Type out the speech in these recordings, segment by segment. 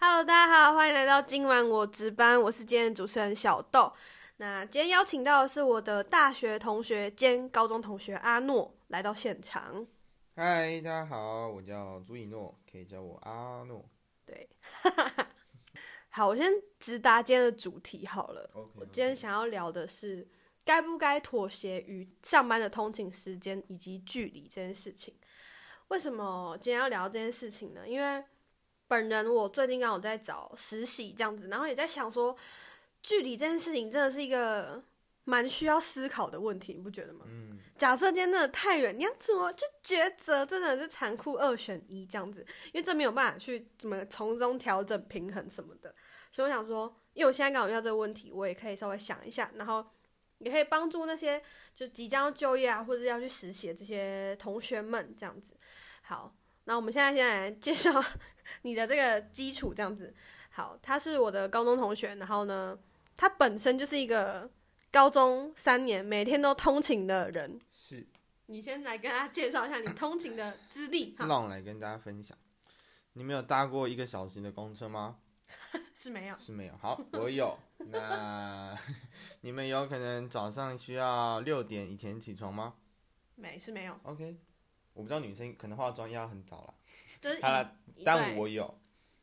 大家好，欢迎来到今晚我值班，我是今天的主持人小豆。那今天邀请到的是我的大学同学兼高中同学阿诺来到现场。嗨，大家好，我叫朱以诺，可以叫我阿诺。对，好，我先直达今天的主题好了。 OK，我今天想要聊的是该不该妥协于上班的通勤时间以及距离这件事情。为什么今天要聊这件事情呢？因为本人我最近刚好在找实习这样子，然后也在想说，距离这件事情真的是一个蛮需要思考的问题，你不觉得吗？嗯，假设今天真的太远，你要怎么去抉择？真的是残酷二选一这样子，因为这没有办法去怎么从中调整平衡什么的。所以我想说，因为我现在刚好遇到这个问题，我也可以稍微想一下，然后也可以帮助那些就即将要就业啊，或者要去实习的这些同学们这样子。好，那我们现在先来介绍你的这个基础这样子。好，他是我的高中同学，然后呢，他本身就是一个高中三年每天都通勤的人，是你先来跟他介绍一下你通勤的资 历哈，让我来跟大家分享。你们有搭过一个小时的公车吗？是没有？是没有。好，我有。那 你们有可能早上需要六点以前起床吗没是没有， ？OK，我不知道女生可能化妆要很早啦。就是好啦以以但对我有，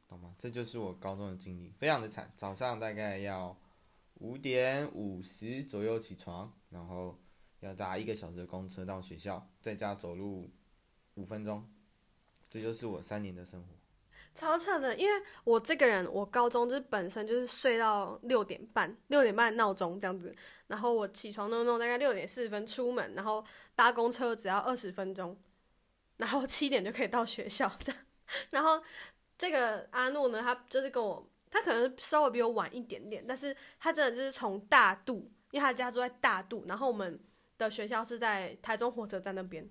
懂吗？这就是我高中的经历，非常的惨。早上大概要五点五十左右起床，然后要搭一个小时的公车到学校，在家走路五分钟，这就是我三年的生活。 超扯的，因为我这个人，我高中就是本身就是睡到六点半，六点半闹钟这样子，然后我起床弄弄大概六点四十分出门，然后搭公车只要二十分钟，然后七点就可以到学校这样。 然后这个阿诺呢，他就是跟我，他可能稍微比我晚一点点，但是他真的就是从大肚，因为他家住在大肚，然后我们的学校是在台中火车站那边，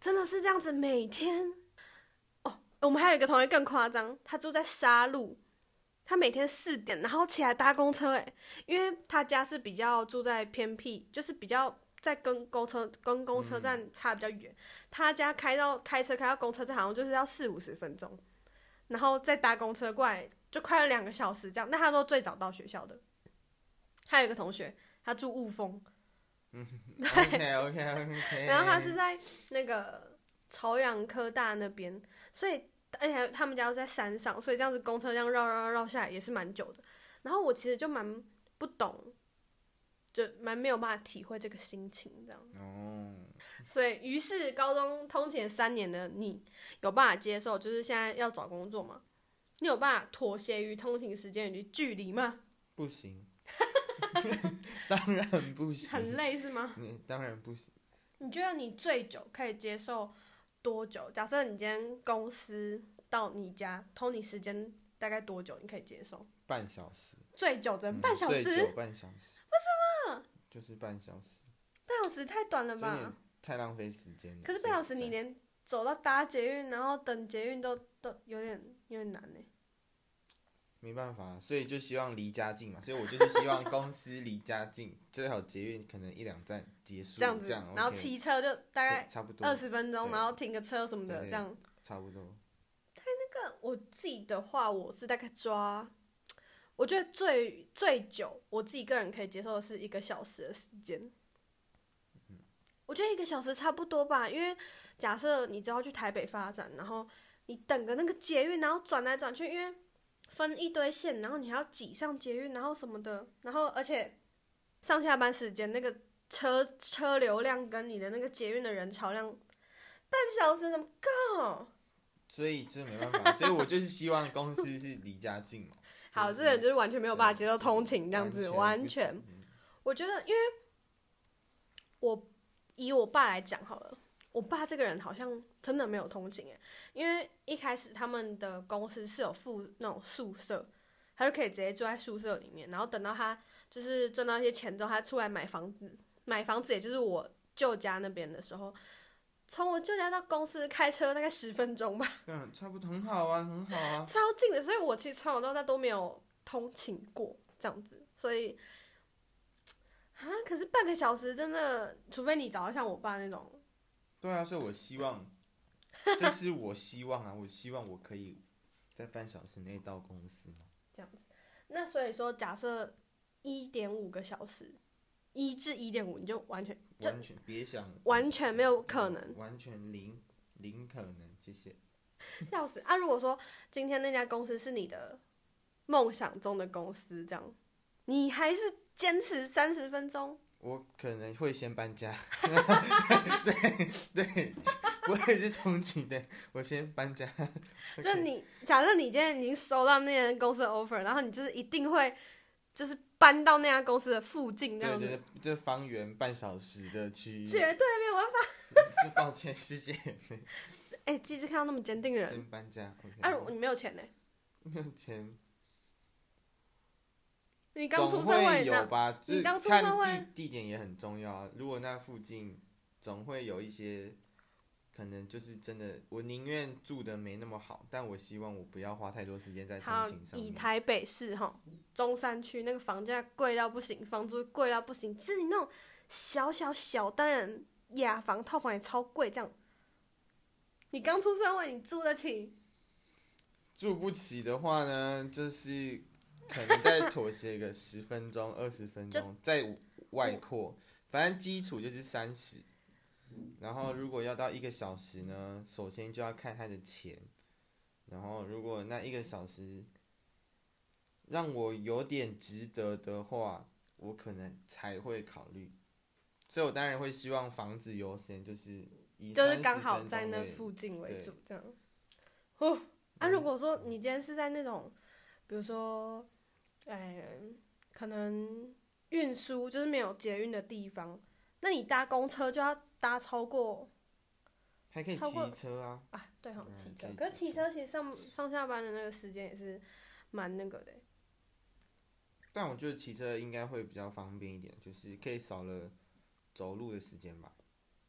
真的是这样子，每天哦我们还有一个同学更夸张，他住在沙鹿，他每天四点然后起来搭公车，诶，因为他家是比较住在偏僻，就是比较在跟公车跟公车站差比较远，他家开到开车开到公车站好像就是要四五十分钟，然后再搭公车过来就快要两个小时这样，那他都最早到学校的。还有一个同学，他住雾峰， OK OK OK。 然后他是在那个朝阳科大那边，所以而且他们家又在山上，所以这样子公车这样绕绕绕绕下来也是蛮久的。然后我其实就蛮不懂，就蛮没有办法体会这个心情这样。哦，所以于是高中通勤三年的你，有办法接受就是现在要找工作吗？你有办法妥协于通勤时间与距离吗？不行， 当然不很行，累是吗？你当然不行。你觉得你最久可以接受多久？假设你今天公司到你家偷你时间大概多久？你可以接受半小时，最久只能半小时，嗯最久半小时，为什么？就是半小时，半小时太短了有点吧？太浪费时间了。可是半小时说你实在连走到搭捷运，然后等捷运都都有点有点难呢。欸没办法，所以就希望离家近嘛，所以我就是希望公司离家近，最好捷运可能一两站结束，这样子，这样然后 OK 骑车就大概对差不多二，十分钟，对然后停个车什么的，对这样。差不多，那我自己的话，我是大概抓，我觉得最最久我自己个人可以接受的是一个小时的时间。我觉得一个小时差不多吧，因为假设你只要去台北发展，然后你等个那个捷运，然后转来转去，因为分一堆线，然后你还要挤上捷运，然后什么的，然后而且上下班时间那个车车流量跟你的那个捷运的人潮量，半小时怎么够？所以这没办法，所以我就是希望公司是离家近嘛。 好，就这是个人就是完全没没有办法接受通勤这样子，完全。我觉得，因为我以我爸来讲好了，我爸这个人好像真的没有通勤诶，欸因为一开始他们的公司是有附那种宿舍，他就可以直接住在宿舍里面，然后等到他就是赚到一些钱之后，他出来买房子，买房子也就是我舅家那边的时候，从我舅家到公司开车大概十分钟吧，嗯，差不多很好啊，很好啊。超近的，所以我其实从小到大都没有通勤过这样子，所以啊，可是半个小时真的，除非你找到像我爸那种，对啊，所以我希望，这是我希望啊，我希望我可以在半小时内到公司嘛。那所以说，假设一点五个小时，嗯一至一点五，你就完全这完全别想，完全没有可能完全零零可能，谢谢。笑死啊！如果说今天那家公司是你的梦想中的公司，这样你还是坚持三十分钟，我可能会先搬家， 对对，我也是同情的，我先搬家。就你假设你今天已经收到那间公司的 offer，然后你就是一定会就是搬到那家公司的附近这对样对子，对，这方圆半小时的区域，绝对没有办法。就抱歉，谢谢，哎、第一次看到那么坚定的人，先搬家。OK，、啊，如果你没有钱呢、没有钱，你刚出总社会会那有吧？你就是刚出看社会地地点也很重要啊。如果那附近总会有一些，可能就是真的，我宁愿住的没那么好，但我希望我不要花太多时间在通好勤，上以面。台北市哈中山区那个房价贵到不行，房租贵到不行，其实你那种小小小单人雅房、套房也超贵，这样。你刚出社会，你住得起？住不起的话呢，就是可能再妥协个十分钟、二十分钟，再外扩，反正基础就是三十。然后如果要到一个小时呢，首先就要看他的钱。然后如果那一个小时让我有点值得的话，我可能才会考虑。所以我当然会希望房子优先，就是以就是30刚好分在钟那内附近为对主，这样。哦，啊，嗯如果说你今天是在那种，比如说，哎，可能运输就是没有捷运的地方，那你搭公车就要搭超过还可以超过骑车啊。啊，对哈，嗯骑可车以。可是骑骑车车其实上上下班的那个时间也是蛮那个的欸。但我觉得骑车应该会比较方便一点，就是可以少了走路的时间吧。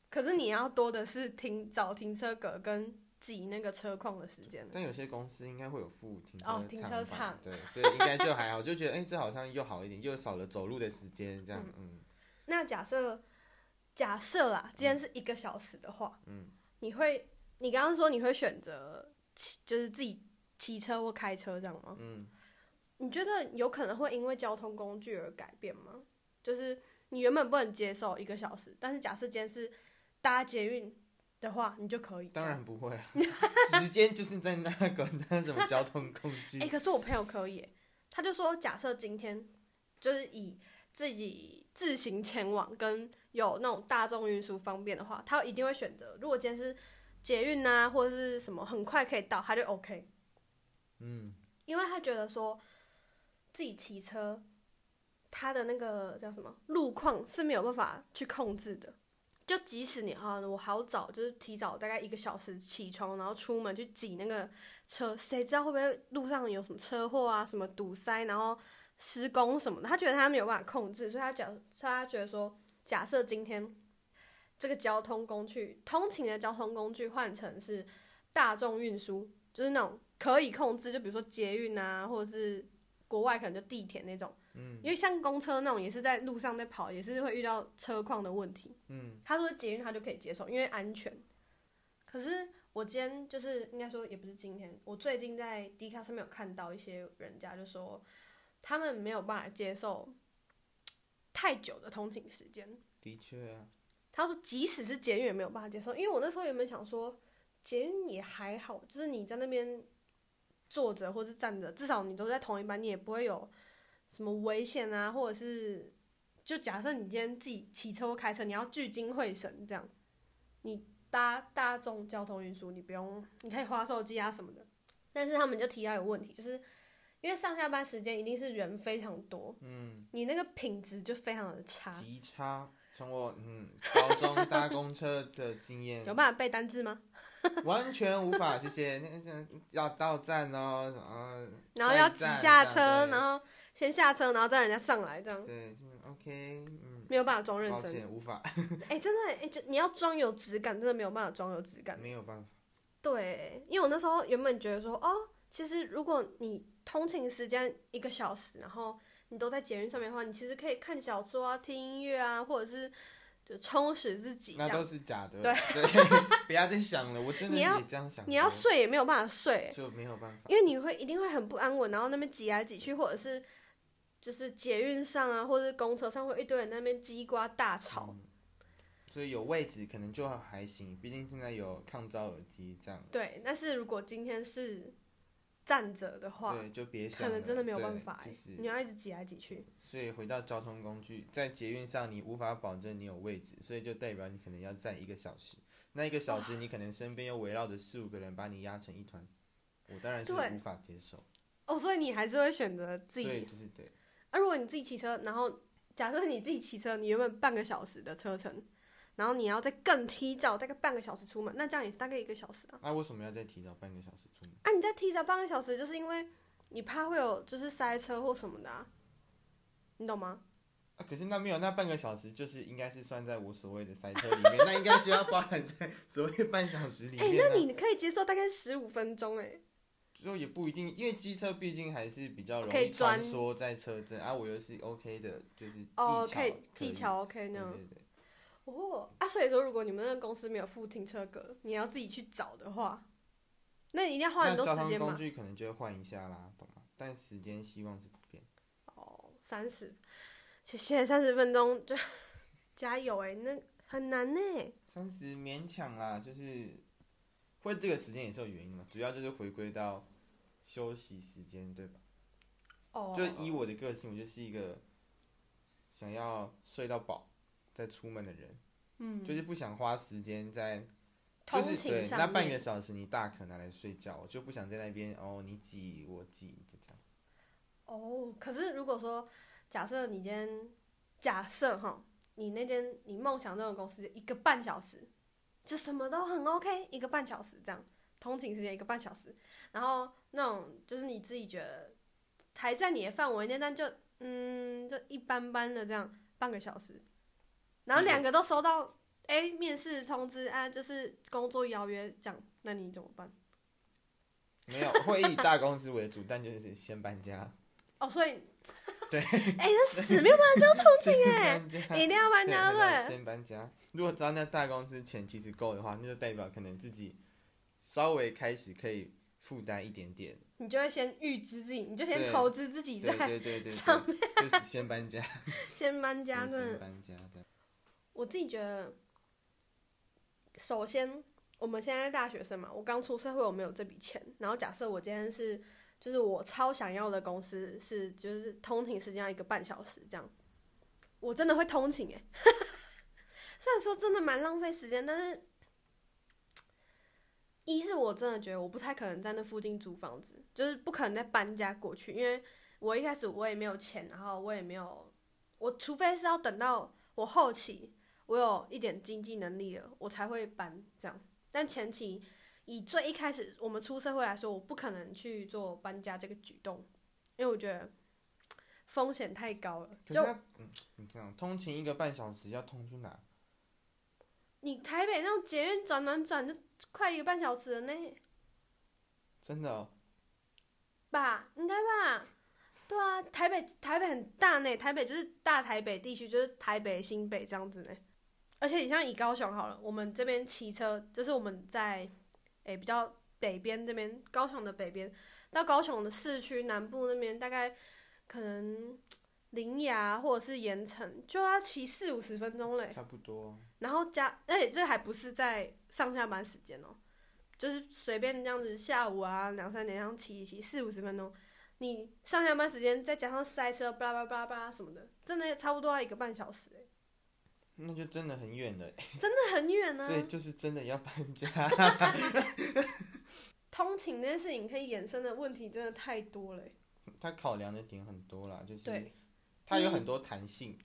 可是你要多的是停找停车格跟挤那个车况的时间啊了。但有些公司应该会有附停车哦停车吧场对，所以应该就还好，就觉得哎、这好像又好一点，又少了走路的时间，这样，嗯，那假设假设啦，今天是一个小时的话，嗯，你会你刚刚说你会选择骑，就是自己骑车或开车这样吗？嗯，你觉得有可能会因为交通工具而改变吗？就是你原本不能接受一个小时，但是假设今天是搭捷运的话，你就可以。当然不会啊， 时间就是在那个 那什么交通工具哎、，可是我朋友可以耶，他就说，假设今天就是以自己自行前往跟有那种大众运输方便的话，他一定会选择。如果今天是捷运啊，或者是什么很快可以到，他就 OK，嗯，因为他觉得说自己骑车，他的那个叫什么路况是没有办法去控制的。就即使你啊，我好早，就是提早大概一个小时起床，然后出门去挤那个车，谁知道会不会路上有什么车祸啊，什么堵塞，然后施工什么的，他觉得他没有办法控制，所以他假，所以他觉得说，假设今天这个交通工具，通勤的交通工具换成是大众运输，就是那种可以控制，就比如说捷运啊，或者是国外可能就地铁那种，嗯，因为像公车那种也是在路上在跑，也是会遇到车况的问题，嗯，他说捷运他就可以接受，因为安全。可是我今天就是应该说也不是今天，我最近在 D 卡上面有看到一些人家就说，他们没有办法接受太久的通勤时间，的确啊，他说即使是捷运也没有办法接受，因为我那时候原本想说捷运也还好，就是你在那边坐着或是站着，至少你都在同一班，你也不会有什么危险啊，或者是就假设你今天自己骑车或开车，你要聚精会神这样，你搭大众交通运输，你不用，你可以划手机啊什么的。但是他们就提到有问题，就是因为上下班时间一定是人非常多，嗯，你那个品质就非常的差。极差。从我嗯高中搭公车的经验有，办法背单字吗？完全无法，谢谢。那个要到站哦，啊，然后要挤下车，下一站然后先下车，然后再让人家上来，这样对嗯，OK，嗯，没有办法装认抱真。歉，无法，哎、真的、哎，就你要装有质感，真的没有办法装有质感。没有办法。对，因为我那时候原本觉得说，哦，其实如果你通勤时间一个小时，然后你都在捷运上面的话，你其实可以看小说啊、听音乐啊，或者是就充实自己这那都样。是假的。对对 不要再想了，我真的你要也这样想过。你要睡也没有办法睡、就没有办法。因为你会一定会很不安稳，然后那边挤来挤去，或者是就是捷运上啊，或者是公车上会有一堆人在那边叽呱大嗯吵。所以有位置可能就还行，毕竟现在有抗噪耳机这样，对，但是如果今天是站着的话，对，就别可想了能真的没有对办法、欸，就是你要一直挤来挤去。所以回到交通工具，在捷运上你无法保证你有位置，所以就代表你可能要站一个小时。那一个小时，你可能身边又围绕着四五个人把你压成一团，我当然是对无法接受。哦，所以你还是会选择自所以己。就是对，啊，如果你自己骑车，然后假设你自己骑车，你原本半个小时的车程，然后你要再更提早大概半个小时出门，那这样也是大概一个小时啊。那为什么要再提早半个小时出门？啊，你再提早半个小时，就是因为你怕会有就是塞车或什么的、啊，你懂吗？啊，可是那没有，那半个小时就是应该是算在我所谓的塞车里面， 那应该就要包含在所谓半小时里哎、面、啊。那你可以接受大概十五分钟哎、就也不一定，因为机车毕竟还是比较容可以易钻穿梭在车阵啊，我又是 OK 的，就是技巧哦，可以技巧 OK 对那样对对，哦啊，所以说如果你们那个公司没有付停车格，你要自己去找的话，那一定要花很那多交时通间工嘛。具可能就会换一下啦，懂吗？但时间希望是不变。哦，三十，谢谢三十分钟就 加油哎、那很难呢、三十勉强啦，就是会这个时间也是有原因的嘛，主要就是回归到休息时间，对吧？哦，就以我的个性，我就是一个想要睡到饱再出门的人，嗯，就是不想花时间在就通是勤对，上那半面个小时你大可拿来睡觉，我就不想在那边哦，你挤我挤就这样。哦，可是如果说假设你今天假设哈，你那间你梦想中的公司一个半小时，就什么都很 OK，一个半小时这样，通勤时间一个半小时，然后那种就是你自己觉得还在你的范围内，但就嗯就一般般的这样半个小时，然后两个都收到哎、诶面试通知啊，就是工作邀约这样，那你怎么办？没有， 会以大公司为主，但就是先搬家，哦，所以对哎、这死 命先哎搬家，一定要搬对家那对就。先搬家。如果知道那大公司钱其实够的话，那就代表可能自己稍微开始可以负担一点点。你就会先预知自己，你就先对投资自己 对在对对对上对，就是先搬家，先搬对家。真先的，搬家这样。我自己觉得，首先我们现在大学生嘛，我刚出社会，我没有这笔钱。然后假设我今天是，就是我超想要的公司是，就是通勤时间要一个半小时这样，我真的会通勤诶、欸 虽然说真的蛮浪费时间，但是。一是我真的觉得我不太可能在那附近租房子，就是不可能再搬家过去，因为我一开始我也没有钱，然后我也没有，我除非是要等到我后期我有一点经济能力了，我才会搬这样。但前期以最一开始我们出社会来说，我不可能去做搬家这个举动，因为我觉得风险太高了。可是就要嗯，你这样通勤一个半小时要通去哪？你台北那种捷运转转转，就快一个半小时了呢，真的、哦，吧？应该吧？对啊，台北台北很大呢，台北就是大台北地区，就是台北、新北这样子呢。而且你像以高雄好了，我们这边骑车，就是我们在诶、比较北边这边，高雄的北边到高雄的市区南部那边，大概可能林雅或者是盐城，就要骑四五十分钟嘞。差不多。哦然后加，而且这还不是在上下班时间哦，就是随便这样子下午啊两三点这样骑一骑四五十分钟，你上下班时间再加上塞车，巴拉巴拉巴拉什么的，真的差不多要一个半小时欸那就真的很远了，真的很远所以啊。就是真的要搬家。 通勤这件事情可以衍生的问题真的太多了欸、他考量的点很多啦，就是对嗯他有很多弹性，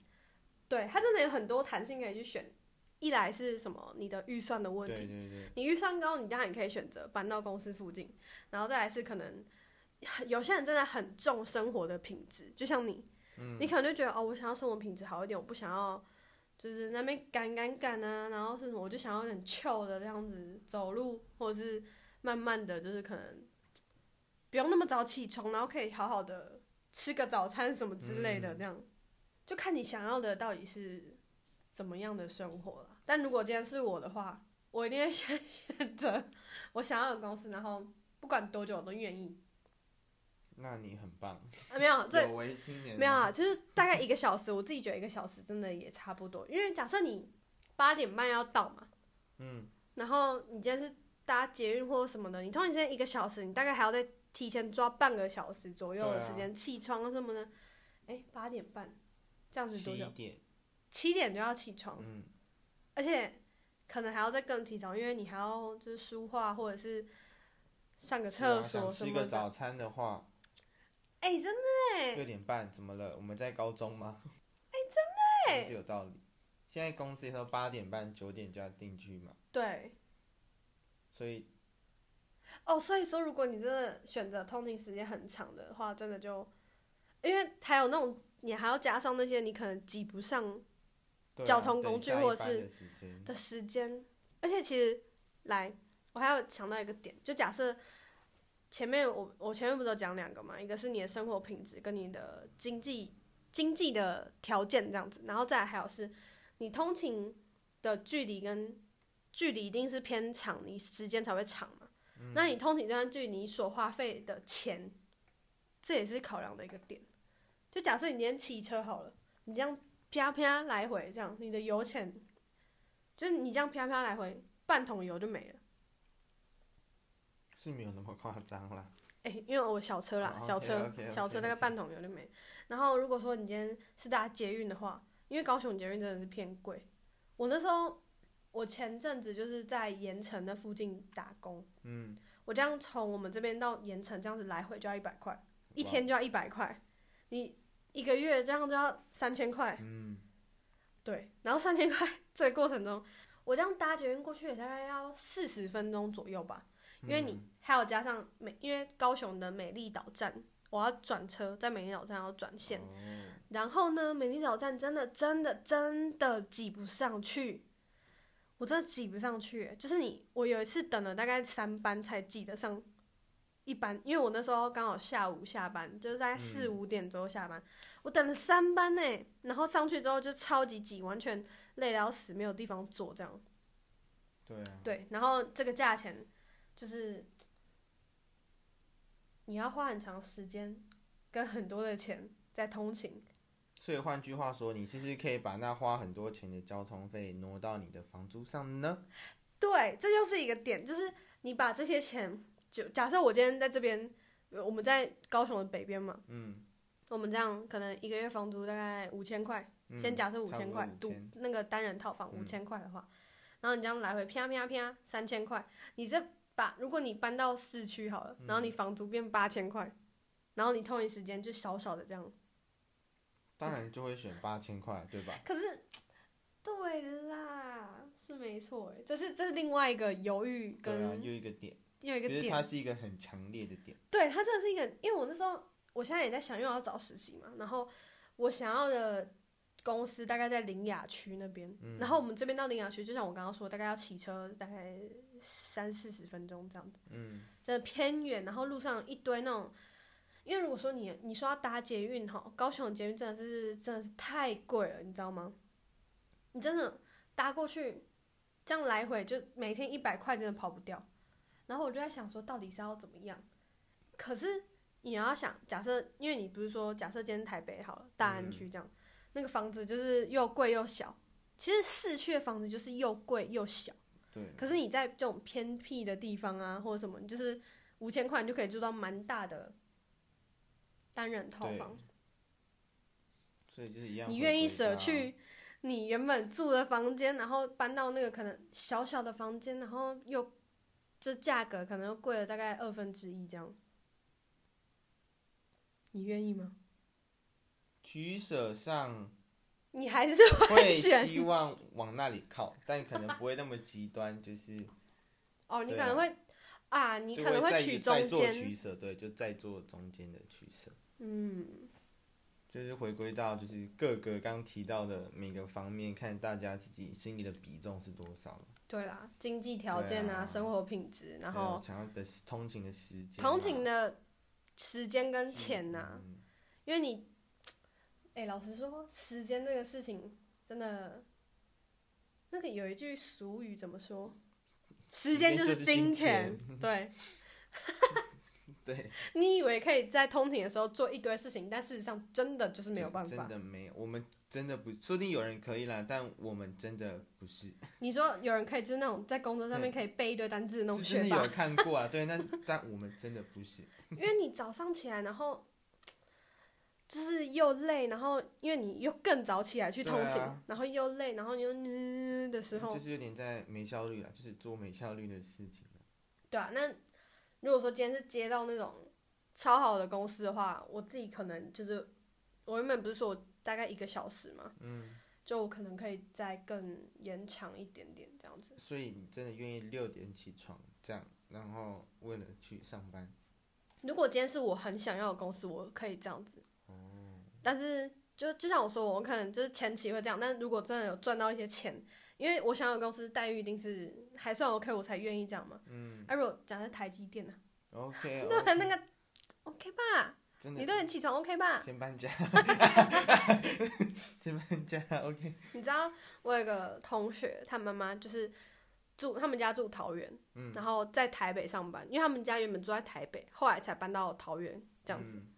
对，它真的有很多弹性可以去选，一来是什么你的预算的问对题，对对，你预算高，你当然也可以选择搬到公司附近，然后再来是可能有些人真的很重生活的品质，就像你，嗯你可能就觉得哦，我想要生活品质好一点，我不想要就是那边赶赶赶啊，然后是什么，我就想要很 chill 的这样子走路，或者是慢慢的就是可能不用那么早起床，然后可以好好的吃个早餐什么之类的，嗯这样、就看你想要的到底是怎么样的生活了。但如果今天是我的话，我一定会 先选择我想要的公司，然后不管多久我都愿意。那你很棒，啊，没有，最有为青年。没有啊，就是大概一个小时，我自己觉得一个小时真的也差不多，因为假设你八点半要到嘛，嗯，然后你今天是搭捷运或什么的，你通常间一个小时，你大概还要再提前抓半个小时左右的时啊间、起床什么的。哎，八点半，这样子多哦七久？点，七点就要起床，嗯，而且可能还要再更提早，因为你还要就是梳化或者是上个厕是啊所想什吃么个的。早餐的话，哎、真的六点半怎么了？我们在高中吗？哎还是有道理。现在公司也都八点半、九点就要定居嘛，对所以哦，所以说如果你真的选择通勤时间很长的话，真的就因为还有那种你还要加上那些你可能挤不上对啊交通工具等一下或一者班是的时间的时间，而且其实来，我还有想到一个点，就假设前面我我前面不是有讲两个嘛，一个是你的生活品质跟你的经济经济的条件这样子，然后再来还有是你通勤的距离跟距离一定是偏长，你时间才会长嘛。那你通勤这段距离，你所花费的钱，这也是考量的一个点。就假设你今天骑车好了，你这样啪啪来回这样，你的油钱就是你这样飘飘来回，半桶油就没了。是没有那么夸张啦。哎、因为我小车啦，哦小车 OK，OK，OK，小车大概 OK 半桶油就没了。然后如果说你今天是搭捷运的话，因为高雄捷运真的是偏贵。我那时候，我前阵子就是在盐城那附近打工，嗯，我这样从我们这边到盐城这样子来回就要一百块，一哇天就要一百块，你一个月这样就要三千块。嗯，对，然后三千块 这个过程中，我这样搭捷运过去也大概要四十分钟左右吧，因为嗯你还有加上美，因为高雄的美丽岛站，我要转车，在美丽岛站要转线，哦然后呢，美丽岛站真的真的真的挤不上去，我真的挤不上去欸，就是你，我有一次等了大概三班才挤得上一班，因为我那时候刚好下午下班，就是大概四五点左右下班，我等了三班呢，然后上去之后就超级挤，完全累到死，没有地方坐这样。对啊，对，然后这个价钱就是你要花很长时间跟很多的钱在通勤。所以换句话说，你其实可以把那花很多钱的交通费挪到你的房租上呢。对，这就是一个点，就是你把这些钱，就假设我今天在这边，呃我们在高雄的北边嘛，嗯，我们这样可能一个月房租大概五千块，嗯先假设五差不千多块5000，独那个单人套房嗯五千块的话，然后你这样来回啪啪啪三千块，你这把如果你搬到市区好了，嗯然后你房租变八千块，然后你通勤时间就少少的这样，当然就会选八千块，对吧？可是。对啦，是没错欸诶，这是这是另外一个犹豫对啊，跟又一个点，又一个其实点，它是一个很强烈的点。对他真的是一个，因为我那时候，我现在也在想，因为我要找实习嘛，然后我想要的公司大概在林雅区那边，嗯然后我们这边到林雅区，就像我刚刚说，大概要骑车大概三四十分钟这样子，嗯，真的偏远，然后路上有一堆那种，因为如果说你你说要搭捷运哈，高雄的捷运真的是真的是太贵了，你知道吗？你真的搭过去，这样来回就每天一百块，真的跑不掉。然后我就在想说，到底是要怎么样？可是你要想，假设因为你不是说，假设今天台北好了，大安区这样，那个房子就是又贵又小。其实市区的房子就是又贵又小。对，可是你在这种偏僻的地方啊，或者什么，你就是五千块你就可以住到蛮大的单人套对房。所以就是一样。你愿意舍？去你原本住的房间，然后搬到那个可能小小的房间，然后又这价格可能又贵了大概二分之一这样，你愿意吗？取 舍上你还是会选希望往那里靠，但可能不会那么极端，就是哦，你对可能啊会啊，你就可能在取在中做取间，舍，对，就在做中间的取舍。嗯，就是回归到就是各个刚提到的每个方面，看大家自己心里的比重是多少了。对啦，经济条对件啊生活品质，然还有后想要的时通勤的时间啊、同情的时间跟钱啊呐、嗯因为你，哎、老实说，时间这个事情真的那个有一句俗语怎么说？时间就是金钱 对， 对，你以为可以在通勤的时候做一堆事情，但事实上真的就是没有办真法。的没有，我们真的不，说不定有人可以啦，但我们真的不是。你说有人可以就是那种在工作上面可以背一堆单字的那种这真学的霸有，看过啊，对，那 但我们真的不是。因为你早上起来，然后就是又累，然后因为你又更早起来去通勤，对啊然后又累，然后你又嗯的时候，就是有点在没效率了，就是做没效率的事情了。对啊，那如果说今天是接到那种超好的公司的话，我自己可能就是我原本不是说我大概一个小时嘛，嗯，就我可能可以再更延长一点点这样子。所以你真的愿意六点起床这样，然后为了去上班，如果今天是我很想要的公司，我可以这样子。但是就就像我说，我可能就是前期会这样，但如果真的有赚到一些钱，因为我想要的公司待遇一定是还算 OK，我才愿意这样嘛。啊嗯而如果假设台积电呢、 ，OK，啊，哦对啊，那个 OK 吧？真的你六点起床 OK 吧？先搬家， 先搬家，OK，你知道我有一个同学，他妈妈就是住他们家住桃园，嗯然后在台北上班，因为他们家原本住在台北，后来才搬到桃园这样子。嗯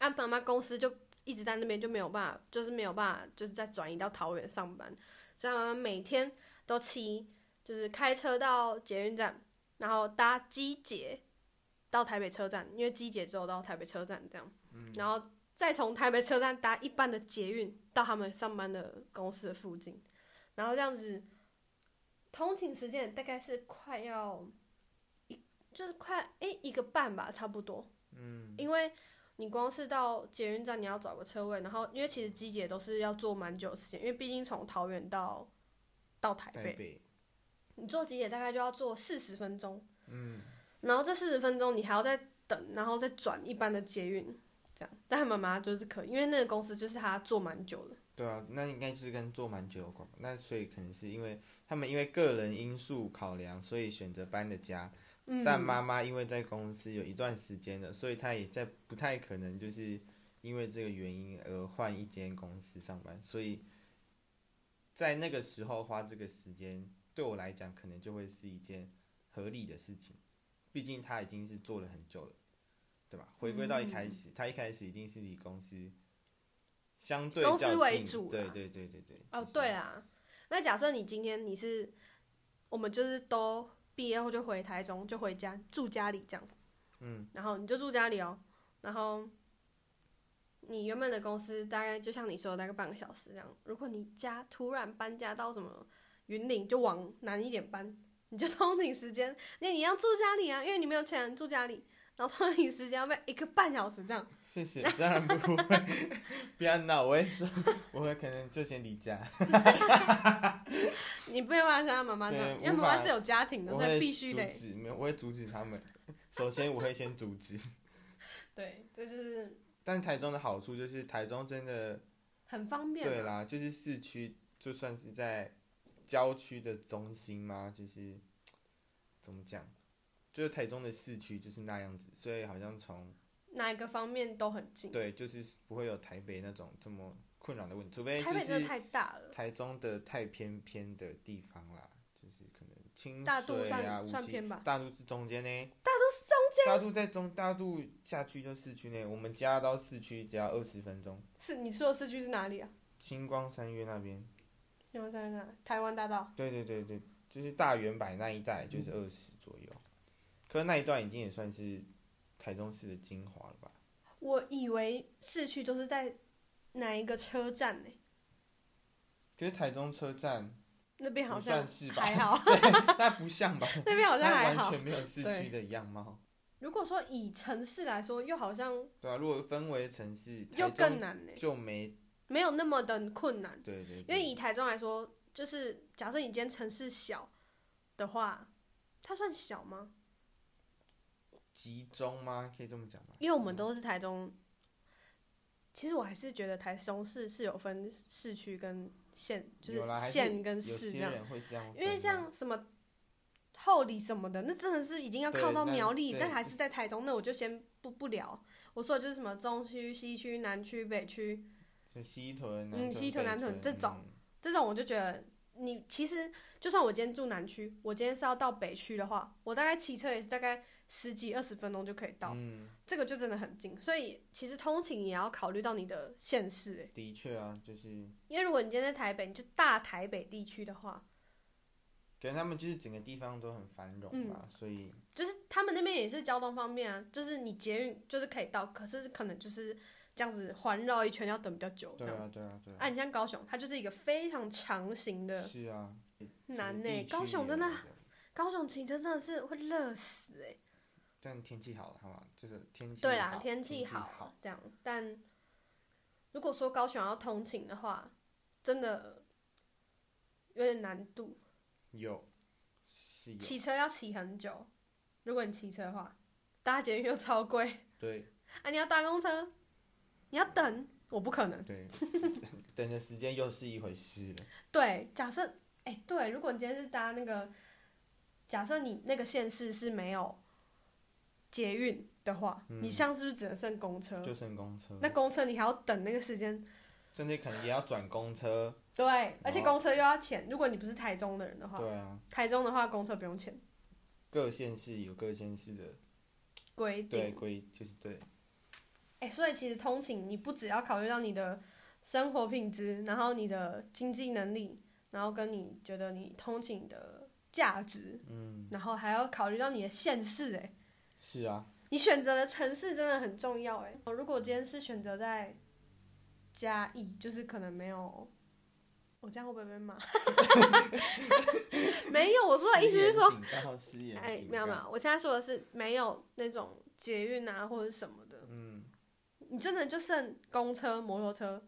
啊，妈妈公司就一直在那边，就没有办法，就是没有办法，就是再转移到桃园上班，所以他妈妈每天都骑，就是开车到捷运站，然后搭机捷到台北车站，因为机捷只有到台北车站这样，然后再从台北车站搭一般的捷运到他们上班的公司的附近，然后这样子，通勤时间大概是快要一，就是快诶、一个半吧，差不多。嗯，因为你光是到捷运站，你要找个车位，然后因为其实机捷都是要坐蛮久的时间，因为毕竟从桃园到到台嗯台北，北，你坐机捷大概就要坐四十分钟，嗯，然后这四十分钟你还要再等，然后再转一般的捷运，这样。但他妈妈就是可以，因为那个公司就是他坐蛮久的，对啊，那应该就是跟做蛮久有关吧，那所以可能是因为他们因为个人因素考量，所以选择搬的家，嗯，但妈妈因为在公司有一段时间了，所以她也在不太可能就是因为这个原因而换一间公司上班，所以在那个时候花这个时间，对我来讲可能就会是一件合理的事情，毕竟她已经是做了很久了，对吧？回归到一开始，她一开始一定是以公司相对公司较近为主对啦对对对对。哦就，是对啦，那假设你今天你是，我们就是都毕业后就回台中，就回家住家里这样，嗯，然后你就住家里哦，然后你原本的公司大概就像你说的大概半个小时这样，如果你家突然搬家到什么云岭，就往南一点搬，你就通勤时间，那你要住家里啊，因为你没有钱住家里，然后通勤时间要被一个半小时这样，谢谢， 当然不会，不要闹，我会说，我会可能就先离家。你没有办法像他妈妈这样，因对为妈无妈法是有家庭的，我所以会必须得阻止，没有，我会阻止他们。首先，我会先阻止。对，这就是。但台中的好处就是，台中真的很方便、啊。对啦，就是市区就算是在郊区的中心嘛，就是怎么讲，就是台中的市区就是那样子，所以好像从哪一个方面都很近。对，就是不会有台北那种这么困扰的问题，除非就台北真的是太大了，台中的太偏偏的地方啦，就是可能清大肚水啊、算无算锡偏吧大肚是中间呢，大肚是中间，大肚在中，大肚下去就市区呢。我们家到市区只要二十分钟，是你说的市区是哪里啊？星光三月那边，你们在哪？台湾大道。对对对对，就是大圆柏那一带就是嗯二十左右，可是那一段已经也算是台中市的精华了吧？我以为市区都是在哪一个车站呢、就是台中车站，那边哎好不算像是吧还 好，那不像吧？那 边好像还那完好。全没有市区的样貌。如果说以城市来说，又好像对啊，如果分为城市，又台更中难呢、就嗯没没有那么的困难。对对因对为以台中来说，就是假设你今天城市小的话，它算小吗？集中吗？可以这么讲吗？因为我们都是台中，其实我还是觉得台中市是有分市区跟县，就有啦还是县跟有市这些样。人会这样分啊，因为像什么后里什么的，那真的是已经要对靠到那苗栗，对但还是在台中，那我就先不不聊。我说的就是什么中区、西区、南区、北区就西屯、嗯西屯北南屯这种嗯这种，我就觉得你其实就算我今天住南区，我今天是要到北区的话，我大概骑车也是大概十几二十分钟就可以到，嗯，这个就真的很近。所以其实通勤也要考虑到你的县市、欸，的确啊，就是因为如果你今天在台北，你就大台北地区的话，可能他们就是整个地方都很繁嗯荣吧，所以就是他们那边也是交通方便啊，就是你捷运就是可以到，可是可能就是这样子环绕一圈要等比较久。对这样啊，对啊，对啊，啊，你像高雄，它就是一个非常长型的是啊，难整呢、个地区高雄真的也有，的高雄骑车真的是会热死哎、但天气好了，好吗？就是天气对啦，好天气气好啊，这样，但如果说高雄要通勤的话，真的有点难度，有是有骑车要骑很久。如果你骑车的话，搭捷运又超贵对啊！你要搭公车，你要等，我不可能。 对，等的时间又是一回事了。对，假设哎、对，如果你今天是搭那个，假设你那个县市是没有捷运的话，你像是不是只能剩公车？嗯就剩公车，嗯那公车你还要等那个时间，甚至可能也要转公车。对，而且哦公车又要钱。如果你不是台中的人的话，对啊，台中的话公车不用钱，各县市有各县市的规对定。规，就是对哎、所以其实通勤你不只要考虑到你的生活品质，然后你的经济能力，然后跟你觉得你通勤的价值，嗯，然后还要考虑到你的县市、哎。是啊，你选择的城市真的很重要哎。如果今天是选择在嘉义，就是可能没有，我这样会不会被骂？ 没有，我说的意思是说，失言警告，失言哎，警没有没告有，我现在说的是没有那种捷运啊或者什么的，嗯，你真的就剩公车、摩托车。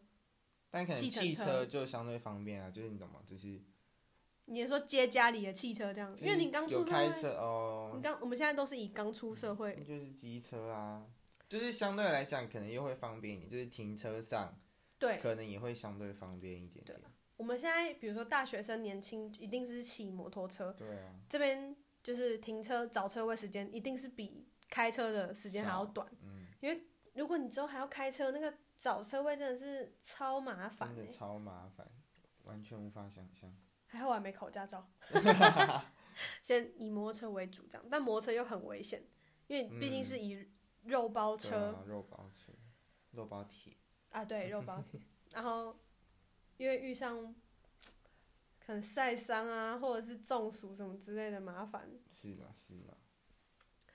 但可能计程汽车车就相对方便啊，就是你懂吗？就是你是说接家里的汽车这样，因为你刚有出社开会，车哦你，刚我们现在都是以刚出社会那就是机车啊，就是相对来讲可能又会方便一点，就是停车上对可能也会相对方便一点点。我们现在比如说大学生年轻，一定是骑摩托车，对啊，这边就是停车找车位时间一定是比开车的时间还要短，嗯，如果你之后还要开车，那个找车位真的是超麻烦真哎、的超麻烦，完全无法想象。还好我还没考驾照， 先以摩托车为主这样，但摩托车又很危险，因为毕竟是以肉包嗯对车、啊，肉包车，肉包铁，啊，对肉 包铁，然后因为遇上可能晒伤啊，或者是中暑什么之类的麻烦，是啦是啦，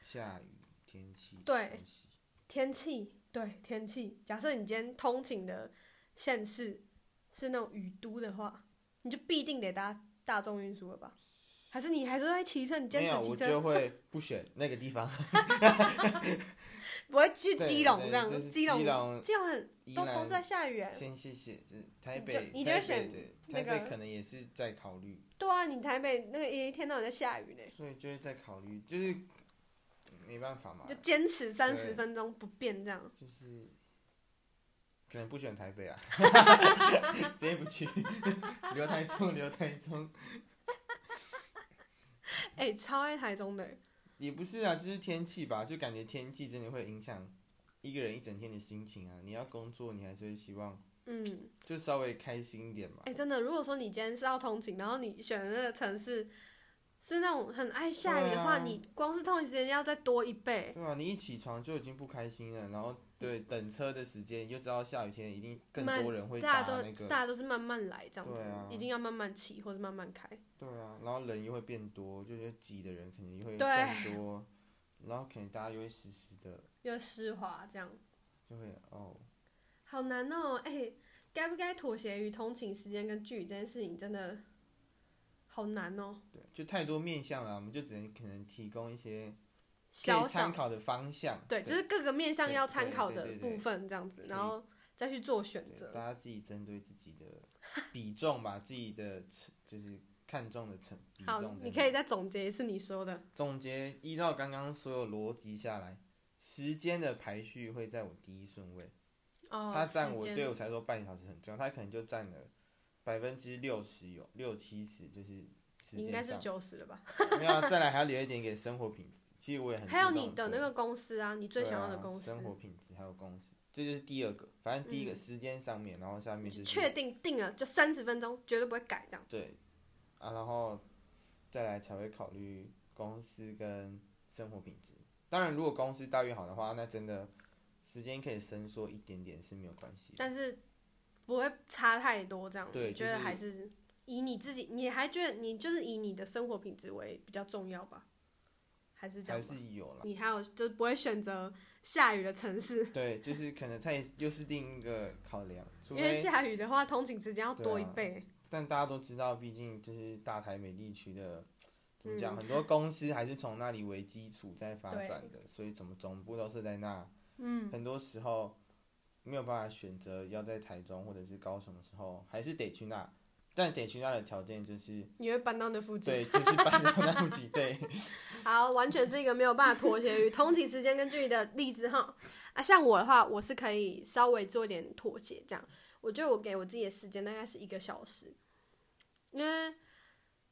下雨天气对关系天气，对天气。假设你今天通勤的县市是那种雨都的话，你就必定得搭大众运输了吧？还是你还是会骑车？你坚没有持骑我车，就会不选那个地方，不会去对基隆对这样？就是基隆，基隆基隆很宜都兰都是在下雨欸。先谢谢，这台你就北，你就台会北选对那台个北可能也是在考虑，对啊，你台北那个一天到晚在下雨呢，所以就是在考虑，就是没办法嘛就，坚持三十对分钟不变这样。就是可能不选台北啊， 直接不去， 留台中，留台中哎、超爱台中的欸，也不是啊，就是天气吧，就感觉天气真的会影响一个人一整天的心情啊。你要工作，你还是会希望嗯，就稍微开心一点嘛哎、。真的，如果说你今天是要通勤，然后你选的那个城市是那种很爱下雨的话，对啊你光是通勤时间要再多一倍。对啊，你一起床就已经不开心了，然嗯后对等车的时间，你就知道下雨天一定更慢多人会大搭家都那个大家都是慢慢来这样子，对啊一定要慢慢骑或者慢慢开。对啊，然后人又会变多，就是挤的人肯定又会对更多，然后可能大家又会时时的又湿滑这样，就会哦，好难哦、哎、该不该妥协于通勤时间跟距离这件事情，真的好难哦、对，就太多面向了，我们就只能可能提供一些可小以参小考的方向，对，就是各个面向对要参考对的对对对部分这样子，以然后再去做选对大择。家自己针对自己的比重吧，自己的成就是看重的成比好重，，你可以。再总结一次你说的。总结依照刚刚所有逻辑下来，时间的排序会在我第一顺位，哦，它占时我，间所以我才说半个小时很重要，它可能就占了百分之六十有六七十，就是时你应该间是上。九十了吧？没有啊，再来还要留一点给生活品质。其实我也很注重还有你的那个对公司啊，你最想要的公司嗯对啊，生活品质还有公司，这就是第二个。反正第一个时间上面，然后下面你就就是确定定了就三十分钟，绝对不会改这样。对，啊，然后再来才会考虑公司跟生活品质。当然，如果公司待遇好的话，那真的时间可以伸缩一点点是没有关系的。但是不会差太多这样。对我觉就得是还是以你自己，你还觉得你就是以你的生活品质为比较重要吧？还是这还样吧？是有啦。你还有就是不会选择下雨的城市，对，就是可能它也是又是另一个考量，除因为非下雨的话，通勤时间要多一对啊倍。但大家都知道，毕竟就是大台北地区的怎么讲，嗯很多公司还是从那里为基础在发展的，所以怎么总部都是在那。嗯，很多时候没有办法选择要在台中或者是高雄的时候，还是得去那。但得去那的条件就是，你会搬到那附近，对，就是搬到那附近，对，好，完全是一个没有办法妥协于通勤时间跟距离的例子哈。啊，像我的话，我是可以稍微做一点妥协，这样。我觉得我给我自己的时间大概是一个小时，因为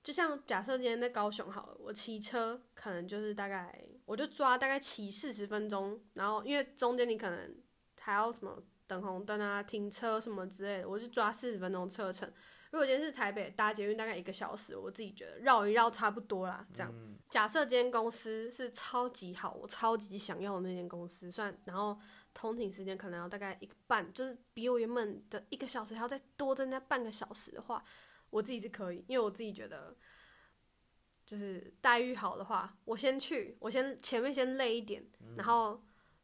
就像假设今天在高雄好了，我骑车可能就是大概我就抓大概骑四十分钟，然后因为中间你可能还要什么等红灯啊、停车什么之类的，我就抓四十分钟车程。如果今天是台北搭捷运，大概一个小时，我自己觉得绕一绕差不多啦， 这样。嗯假设今天公司是超级好，我超级想要的那间公司，算然后通勤时间可能要大概一个半，就是比我原本的一个小时还要再多增加半个小时的话，我自己是可以，因为我自己觉得，就是待遇好的话，我先去，我先前面先累一点，然后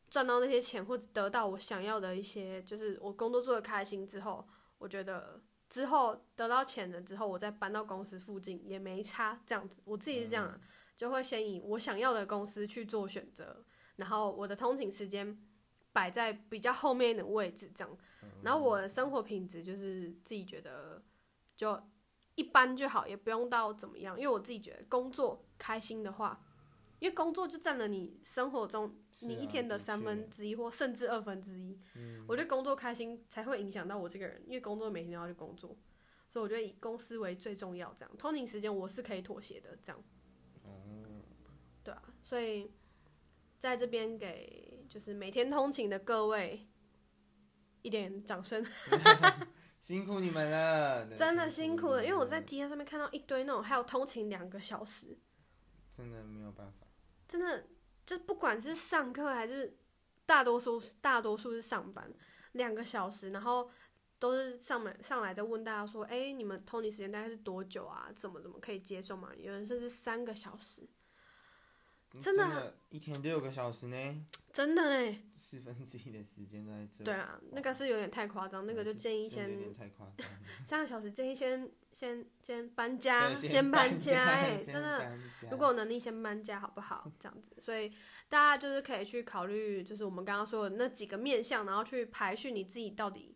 赚到那些钱或者得到我想要的一些，就是我工作做的开心之后，我觉得。之后得到钱了之后，我再搬到公司附近也没差，这样子我自己是这样、啊，就会先以我想要的公司去做选择，然后我的通勤时间摆在比较后面的位置，这样。然后我的生活品质就是自己觉得就一般就好，也不用到怎么样，因为我自己觉得工作开心的话，因为工作就占了你生活中是你啊一天的嗯的三确分之一或甚至二分之一。我觉得工作开心才会影响到我这个人，因为工作每天都要去工作，所以我觉得以公司为最重要。这样通勤时间我是可以妥协的，这样。哦对啊，所以在这边给就是每天通勤的各位一点掌声，辛苦你们了，真的辛苦了。你因为们我在 T 上面看到一堆那种还有通勤两个小时，真的没有办法，真的就不管是上课还是大多数大多数是上班两个小时，然后都是上门上来在问大家说，哎、你们通勤时间大概是多久啊？怎么怎么可以接受嘛？有人甚至三个小时，真的啊的一天六个小时呢，真的哎、四分之一的时间都在这，对啊，那个是有点太夸张，那个就建议真嗯的有先点太夸张了。三个小时建议先先啊先搬家， 对搬家，哎、先真的。搬家如果有能力先搬家好不好？这样子，所以大家就是可以去考虑，就是我们刚刚说的那几个面向，然后去排序你自己到底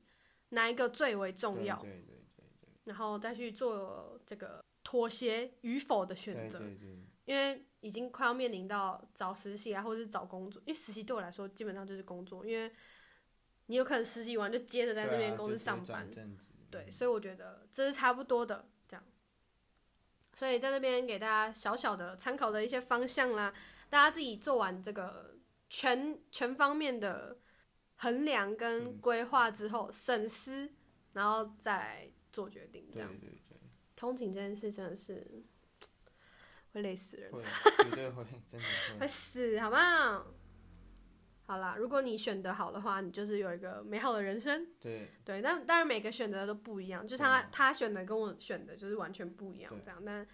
哪一个最为重要，对对对对然后再去做这个妥协与否的选对择。对对，因为已经快要面临到找实习啊，或者是找工作，因为实习对我来说基本上就是工作，因为你有可能实习完就接着在那对啊边公就司直接上班转，正职嗯对，所以我觉得这是差不多的，这样。所以在这边给大家小小的参考的一些方向啦，大家自己做完这个全全方面的衡量跟规划之后，审思，然后再来做决定。这对样，对对，通勤这件事真的是会累死人。会 绝对会，真的会会。死，好不好？好啦，如果你选得好的话，你就是有一个美好的人生。对对，但当然每个选择都不一样，就是他对他选的跟我选的就是完全不一样对，这样。但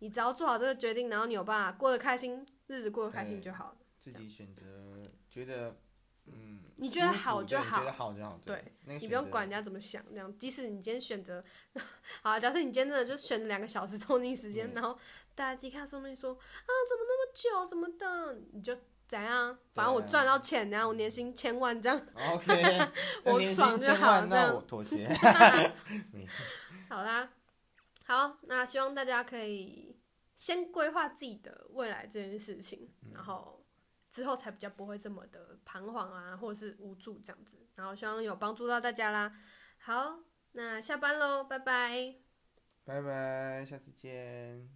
你只要做好这个决定，然后你有办法过得开心，日子过得开心对就好了。自己选择，觉得嗯，你觉得舒服好就对你觉好得好就好，对，那个你选不用择管人家怎么想，这样。即使你今天选择， 好啊，假设你今天真的就选了两个小时通勤时间，嗯然后大家一看上面说啊，怎么那么久什么的，你就怎样？反正我对啊赚到钱，然后我年薪千万这样。 ，OK，那我年薪爽就千好万这样那我 妥协。好啦，好，那希望大家可以先规划自己的未来这件事情，然后之后才比较不会这么的彷徨啊，或者是无助这样子。然后希望有帮助到大家啦。好，那下班喽，拜拜。拜拜，下次见。